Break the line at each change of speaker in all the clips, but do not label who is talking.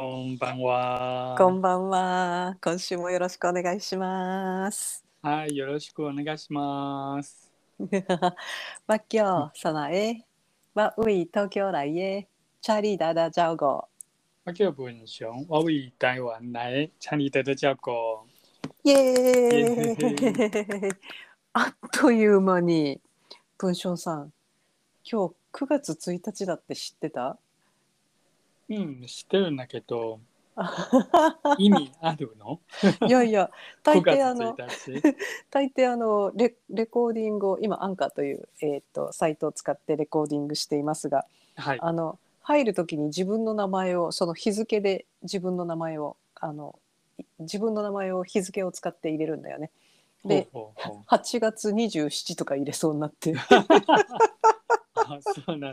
んばんは。
こんばんは。今週もよろしくお願いします。
はい、よろしくお願いします。
わきょうさなえ。わうい東京来へ。チャリダダジャオゴ。
我叫文雄，我为台湾来参与的这个。
イ
エー
エーイ。あっという間に。文章さん。今日9月1日だって知ってた。
うん、知ってるんだけど、意味あるの
いやいや。 大
？9月
抵あの。
1日。
大抵あのレレコーディングを今アンカーという、えー、とサイトを使ってレコーディングしていますが
はい。
あの入る時に自分の名前をその日付で自分の名前をあのい自分の名前を日付を使って入れるんだよね。で
ほうほうほ う。
8月27とか入れそうになって
あ、そう なんだ。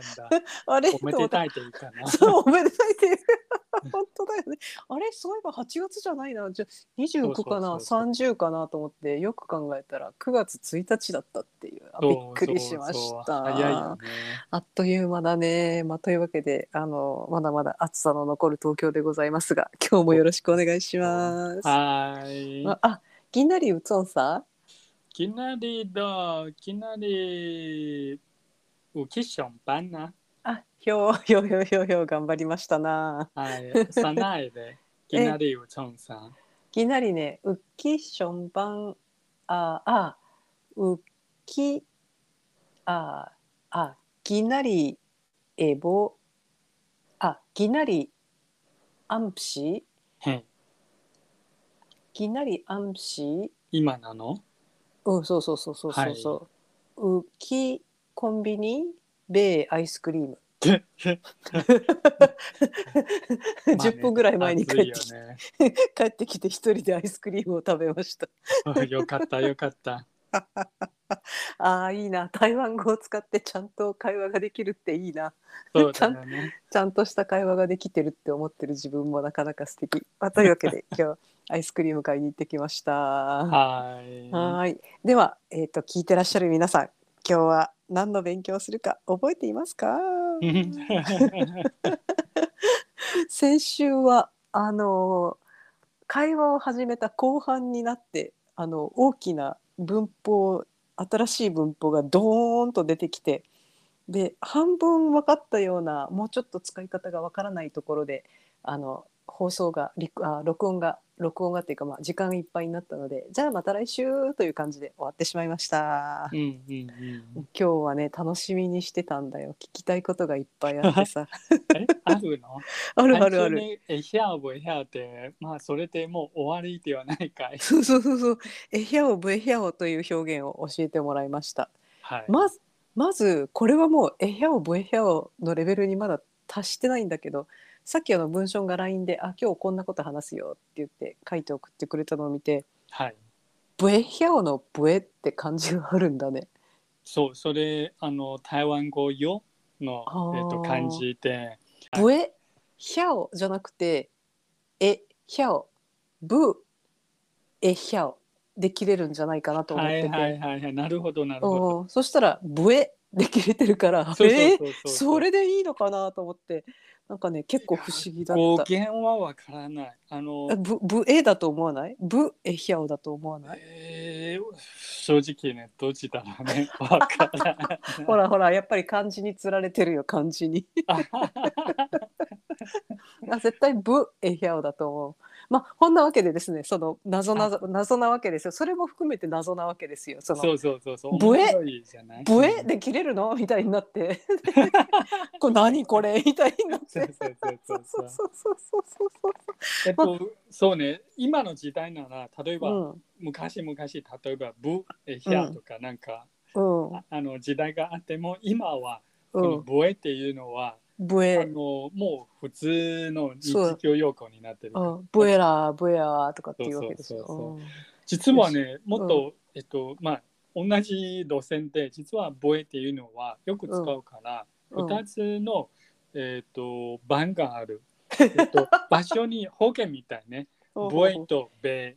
あれ
おめで
と思
た
って
いというかな。
そうおめでたいっていう 本当だよねあれそういえば8月じゃないなじゃ29か
そ
な
うそうそう
30かなと思ってよく考えたら9月1日だったっていうあ
そう
びっくりしま
そ
し
うそう
た。
早いよね。
あっという間だね。まあ、というわけで、あの、まだまだ暑さの残る東京でございますが、今日もよろしくお願いします。
はーい。
あ、あぎんなりうつおんさん。
きなりだ、きなり。うきしょんばんな。
あ、ひょう、ひょうひょうひょうひょう、頑張りましたな。
はい、さないで。きなりうちょんさん。
ぎんなりね、うっきしょんばん。あ、あ、うっき。あ、あ、ぎんなり。えぼ。あ、ぎんなり。あんぷし。
はい、
ぎんなりあんぷし。
今なの
うん、そうそうそうそうそうそう。うきコンビニ米アイスクリ ーム。10分ぐらい前に帰って
て、
きて、
ね
帰ってきて一人でアイスクリームを食べました。
よかったよかった。
ああいいな台湾語を使ってちゃんと会話ができるっていいな
そうだよね。
ちゃんとした会話ができてるって思ってる自分もなかなか素敵、まあ、というわけ で今日アイスクリーム買いに行ってきました は
はい。
いでは、えー、と聞いてらっしゃる皆さん今日は何の勉強をするか覚えていますか先週はあの会話を始めた後半になってあの大きな文法新しい文法がドーンと出てきてで半分分かったようなもうちょっと使い方が分からないところであの放送がリクあ録音が録音がっていうか、まあ、時間いっぱいになったのでじゃあまた来週という感じで終わってしまいました。
うんうんうん。
今日はね楽しみにしてたんだよ聞きたいことがいっぱいあってさ
え、あるの？
あるある
最
ある
初にえひゃぼえひゃって、まあそれでもう終わりではないかい。
そうそうそうそう。エヒャオブエヒャオという表現を教えてもらいました。
はい。
まずまずこれはもうエヒャオブエヒャオのレベルにまだ達してないんだけど、さっきあの文章が LINE で「あ今日こんなこと話すよ」って言って書いて送ってくれたのを見て
はい。
「ブエヒャオのブエ」って漢字があるんだね。
そう、それあの台湾語よの
あー
えっと漢字で、はい
ブエヒャオじゃなくて「エヒャオブエヒャオ」で切れるんじゃないかなと思っ
は
て
い
て。
はいはいはい、なるほどなるほど。
うんそしたら「ブエ」で切れてるから「
そう
え
そ
ー
うそうそう
それでいいのかなと思ってなんかね結構不思議だ
語
った。
源はわからない。あの
え、ブブエだと思わないブエヒャオだと思わない
えー正直ね、どっちだろう ね。わからない。
ほらほらやっぱり漢字につられてるよ漢字に あ絶対ブエヒャオだと思うまあこんなわけでですねその謎な謎なわけですよそれも含めて謎なわけですよその
そうそうそうそう。
ブエ
面白いじゃない
ブエで切れるのみたいになって これ何これみたいになっ
そう
て
そうそう
そ
そうう
そ
そうう。
そうそうそうそうそう
えっと、そうね、今の時代なら、例えば、
うん
昔々、例えば、ブ、え、ヒャとか、なんか、
うん
ああの時代があっても、今は、こ
う
の
ん
ブエっていうのは、
ブ
あ
エ
の、もう普通の日常用語になってる。
うんブエラーブエアーとかっていうわけですよ。
そうそうそう
うん
実はね、もっと、えっと、まあ、同じ路線で、実は、ボエっていうのはよく使うから、
うん
2つの、えっと、番があ る。えっと、場所に方言みたいね、ボエとベ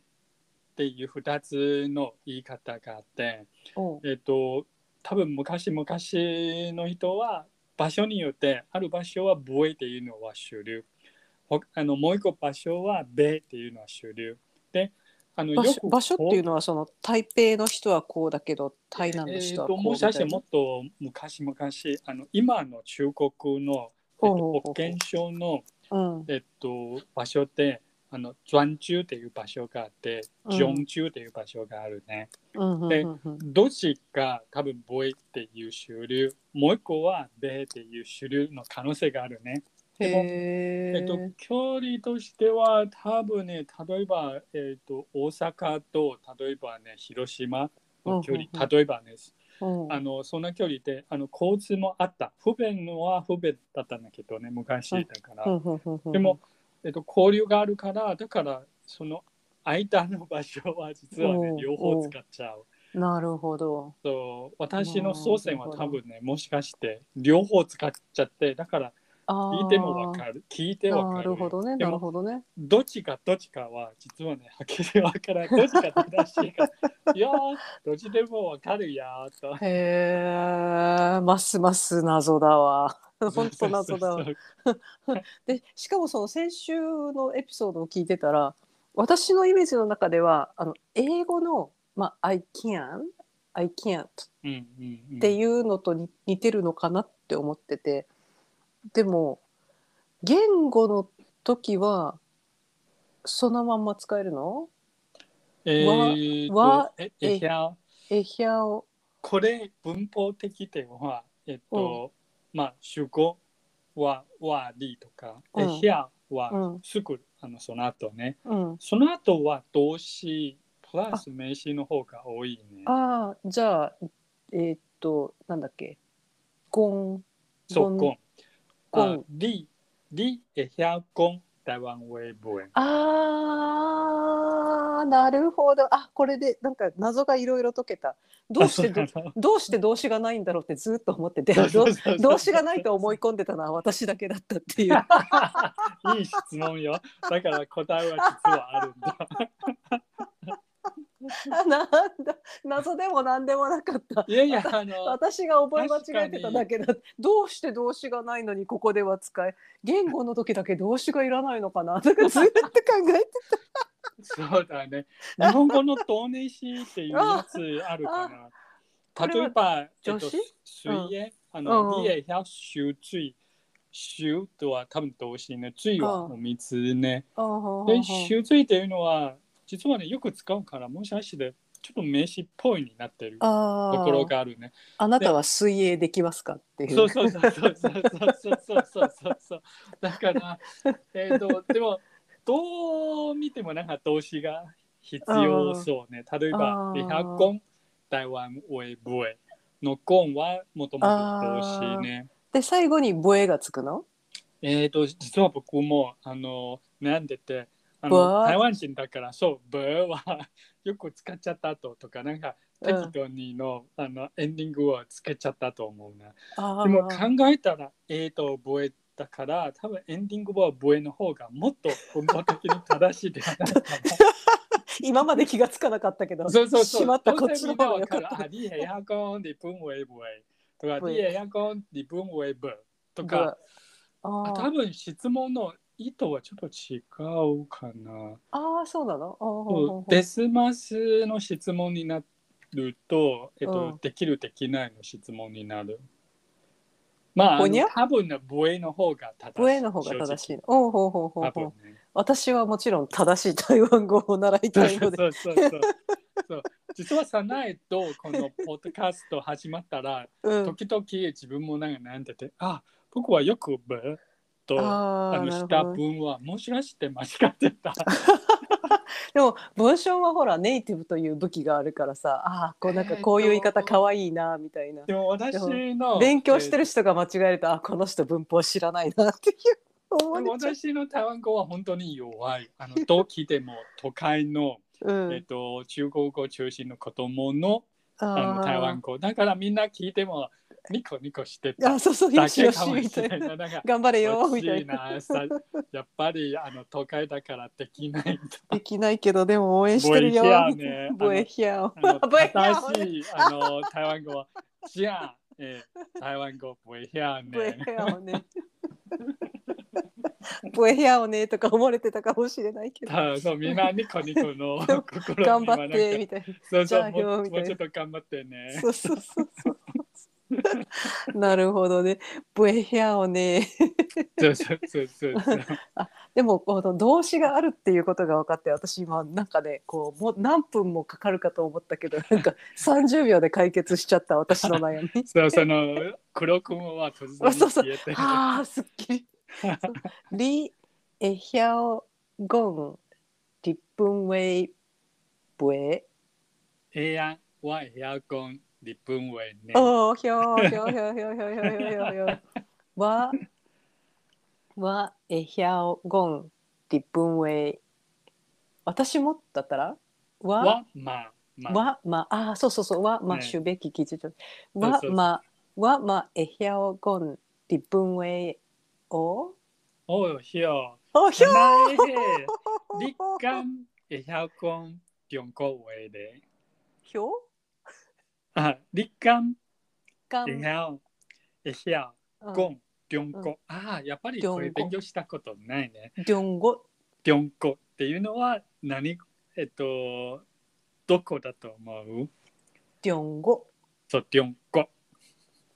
っていう2つの言い方があって、
うん
えっと、多分昔々の人は、場所によって、ある場所はボエっていうのは主流。ほあのもう一個場所は米っていうのは主流。で、あの
場
よ
所
く
場所っていうのはその台北の人はこうだけど台南の
えー
人は
と
こう
も
み
したか
い
して
な
もっと昔々あの今の中国の、えっと
ほうほうほうほう
保健省の、
うん
えっと場所であの泉州っていう場所があって
うん
常州っていう場所があるね。
うんうんうんうん
どっちか多分ボイっていう主流もう一個は米っていう主流の可能性があるね。でも
へ
えっと
ー、
距離としては多分ね例えば、えっと大阪と例えばね広島の距離、
うんうんう
例えばね
うん
あのそんな距離であの交通もあった不便のは不便だったんだけどね昔だから、
うんうんうんうん
でも、えっと、交流があるからだからその間の場所は実はね
おう
両方使っちゃう。
なるほど
そう私の祖先は
なるほど
多分ねもしかして両方使っちゃってだから
あー
聞いてもわかる聞いてわか
な
る
るほどね
で
な
も
るほどね
どっちかどっちかは実はねはっきりわからないどっちか正しいかいやーどっちでもわかるやーと
へえますます謎だわ 本当謎だ わ
そう
でしかもその先週のエピソードを聞いてたら私のイメージの中ではあの英語の「まあ、I can」「I can't」っ
うんうんうん
ていうのとに似てるのかなって思っててでも言語の時はそのまんま使えるの
えーと
わ
え
え
えいや
えひゃを
これ文法的ではえっと、まあ主語はわりとか、
う
え
ん
ひゃ
う
は
ん
すぐあのその後ね
うん
その後は動詞プラス名詞の方が多いね。
ああじゃあえーっとなんだっけゴン
そう、
ゴン
ゴン。
ゴン
あ、リ、リ、え、ひゃ、ゴン、台湾ウェブン。
あーなるほどあこれでなんか謎がいろいろ解けたどうしてど
あそうなの
どうして動詞がないんだろうってずっと思ってて
そうそう
ど
そう
動詞がないと思い込んでたのは私だけだったっていう
いい質問よ。だから答えは実はあるんだ。
あなんだ謎でも何でもなかった
いやい や、あの、
私が覚え間違えてただけだどうして動詞がないのにここでは使え言語の時だけ動詞がいらないの かなとかずっと考えて
そうだね。日本語の遠ネ詞っていうやつあるかな。
これ
例え
は
ば、
助詞
えっと、水泳、あ
うん
の、リエひゃ、しゅう、つい。しゅうとは多分動詞ね。ついはお水ね。で、
た
修正っていうのは、実はね、よく使うから、もしかして、ちょっと名詞っぽいになってると
あ
ころ
ー
があるね。
あなたは水泳できますかっていう
そうそうそうそうそうそうそうそうそうそう。だから、えっ、と、でも、どう見てもなんか動詞が必要そうね。例えば
あ、ー
リハコン、台湾ウェブエのコンはもともと動詞ね。
で最後に「ボエ」がつくの
えっ、と、実は僕も、あの、悩んでて、あ
わ
の
ー
台湾人だから、そう、ブーはよく使っちゃったととか、なんか、
うん
適当にの,、あのエンディングをつけちゃったと思うな。
あ
で
ー
も考えたら、えーと、ブエだから、多分エンディングはブエの方がもっと本当的に正しいではないか
今まで気がつかなかったけど
な。そうそうそう。
しまったこっち
の
の方がよかっ
ら、
た
あ、リエアコン、リブンウェブエとか、
ブエ
リエアコン、リブンウェブとか、
あ
あ
ー
多分質問の意図はちょっと違うかな。
あーそうなのあーほうほうほう
デスマスの質問になると、えっと
うん
できるできないの質問になる。まあ、
ほ
あ
にゃ
の多分ね、ボエの方が正しい。
ボエの方が正しいのおうほうほうほ
正
う
直。多
ほう
分ね。
私はもちろん正しい台湾語を習い
そう
たい
そ
の
う
で
そうそうそう。そう実はさないとこのポッドキャスト始まったら
うん
時々自分もなんか悩んでてあ僕はよくブーとあ
あー
の
なる
し
ほ
た
どね
分はもしかして間違ってた。
でも文章はほらネイティブという武器があるからさあーこうなんかこういう言い方かわいいなみたいな
でも私の
勉強して
る
る人が間違えるとあこの人文法知らないなっていう
でも
思っちゃう
私の台湾語は本当に弱い。あのどう聞いても都会の、
うん
えっと中国語中心の子供のあ
あ
の
ー
台湾語。だからみんな聞いてもニコニコしてた
あそうそうよ
だ
し
け
よ
か
し
も
み
した
い
れな
な
い。なんか
頑張 れよ
お
みた
い
いな
なさやっぱりあの都会だからできないんだ。
できないけどでも応援 してるよ
ボエヒャーね
ボエヒャ
あ の
ーボエヒャー
正しいあの台湾語はじゃ あ、えー台湾語不会
ボエ
ね
ヒ。ャーねボエやをねとか思われてたかもしれないけど
たそうみんなニコニコの 心には
頑
なんか
張ってみたいな
そう
じ
そ
ゃあ
うも
よ
う
み
も
たいうな
ちょっと頑張って ね
そうそうそうそうなるほどねボエやをね
そうそうそうそうそう
でもこの動詞があるっていうことが分かって私今なんかねこうもう何分もかかるかと思ったけどなんか30秒で解決しちゃった私の悩み
そうその黒雲は突然
そうそう
消えて
はあすっきりリエヒャオゴンリップンウェイブエ
部屋はエアコンリプンウェイね
おーひょーひょーひょーひょーひょーひょーひょーひょーわわえひゃおゴンリップンウェイ私もだったらわ
はまあまあ
わまあーそうそうそうわま
ね
しゅべききちち
そ
ょ
うそ
わ
うそう
まわまえひゃおゴンリップンウェイお
おうひよ
おひょー
ないで立間エアコンリョンコウェイで
ひょ
あ立間
かん
エアエア
う
コ
ん
ンリョン
う
コああやっぱりこれ勉強したことないね
りょんご
リョンコっていうのは何えっとどこだと思う
りょんご
そうリョンコ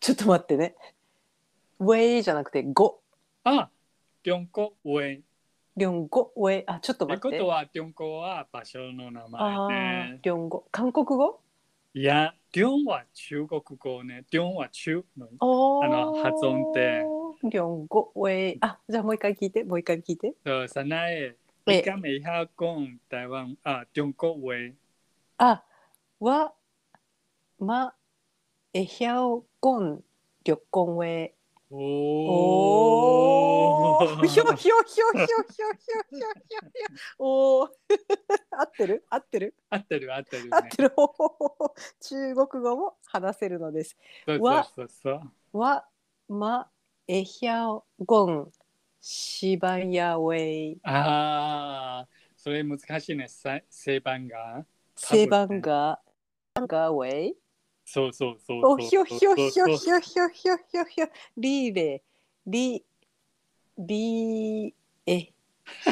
ちょっと待ってねウェイじゃなくてご
あリョンコウェイ
りょんごウェイあちょっと
って
待っ
こ
て
とは、リョンコは場所の名
あ
前ね。
りょんご韓国語
いや、リョンは中国語ね。リョンは中の。
あ
あの発音って
りょんごウェイあじゃあもう一回聞いてもう一回聞いて
そう、さなえ。
え
いかめいはこん、台湾、あ、リョンコウェイ。
あわまえひゃおごんりょっこんウェイ
お
ーひょひょひょひょひょひょひょひょおー 合ってる合ってる
合ってる合ってるね
合っ。てる、ほほほほ中国語も話せるのです
そうそう
わ
そうそう。
わまえひゃおごんしばやウェイ
ああ、それ難しいね。さ正番が。
セバンガガウェイ
そうそうそうそう。
おひょひょひょ
そうそう
ひょひょひょひょひょリーレリリえ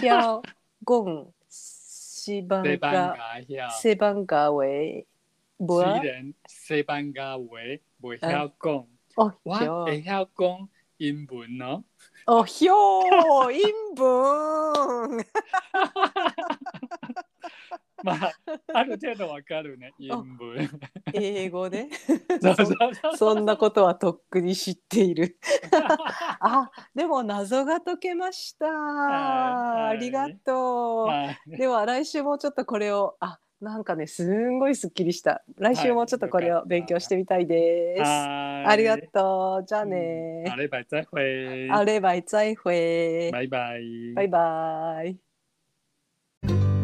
ひゃおゴンシバ
正
ン
番
ガ
がひゃ。
セバンガウェイボア
虽然西班牙话不晓讲，
お
我
ひょ
会晓讲英文咯。
おひょインブン
ま あ、ある程度わかるね、英文。
英語ね
そうそうそう。
そんなことはとっくに知っているあでも謎が解けました
はい
ありがとう、
はい
では来週もちょっとこれをあなんかねすんごいすっきりした来週もちょっとこれを勉強してみたいです、
は
あり
い
がとうじゃあ
うんあ
ね、
れば再会。
あればいついほえ
バイバイ。
バイバイ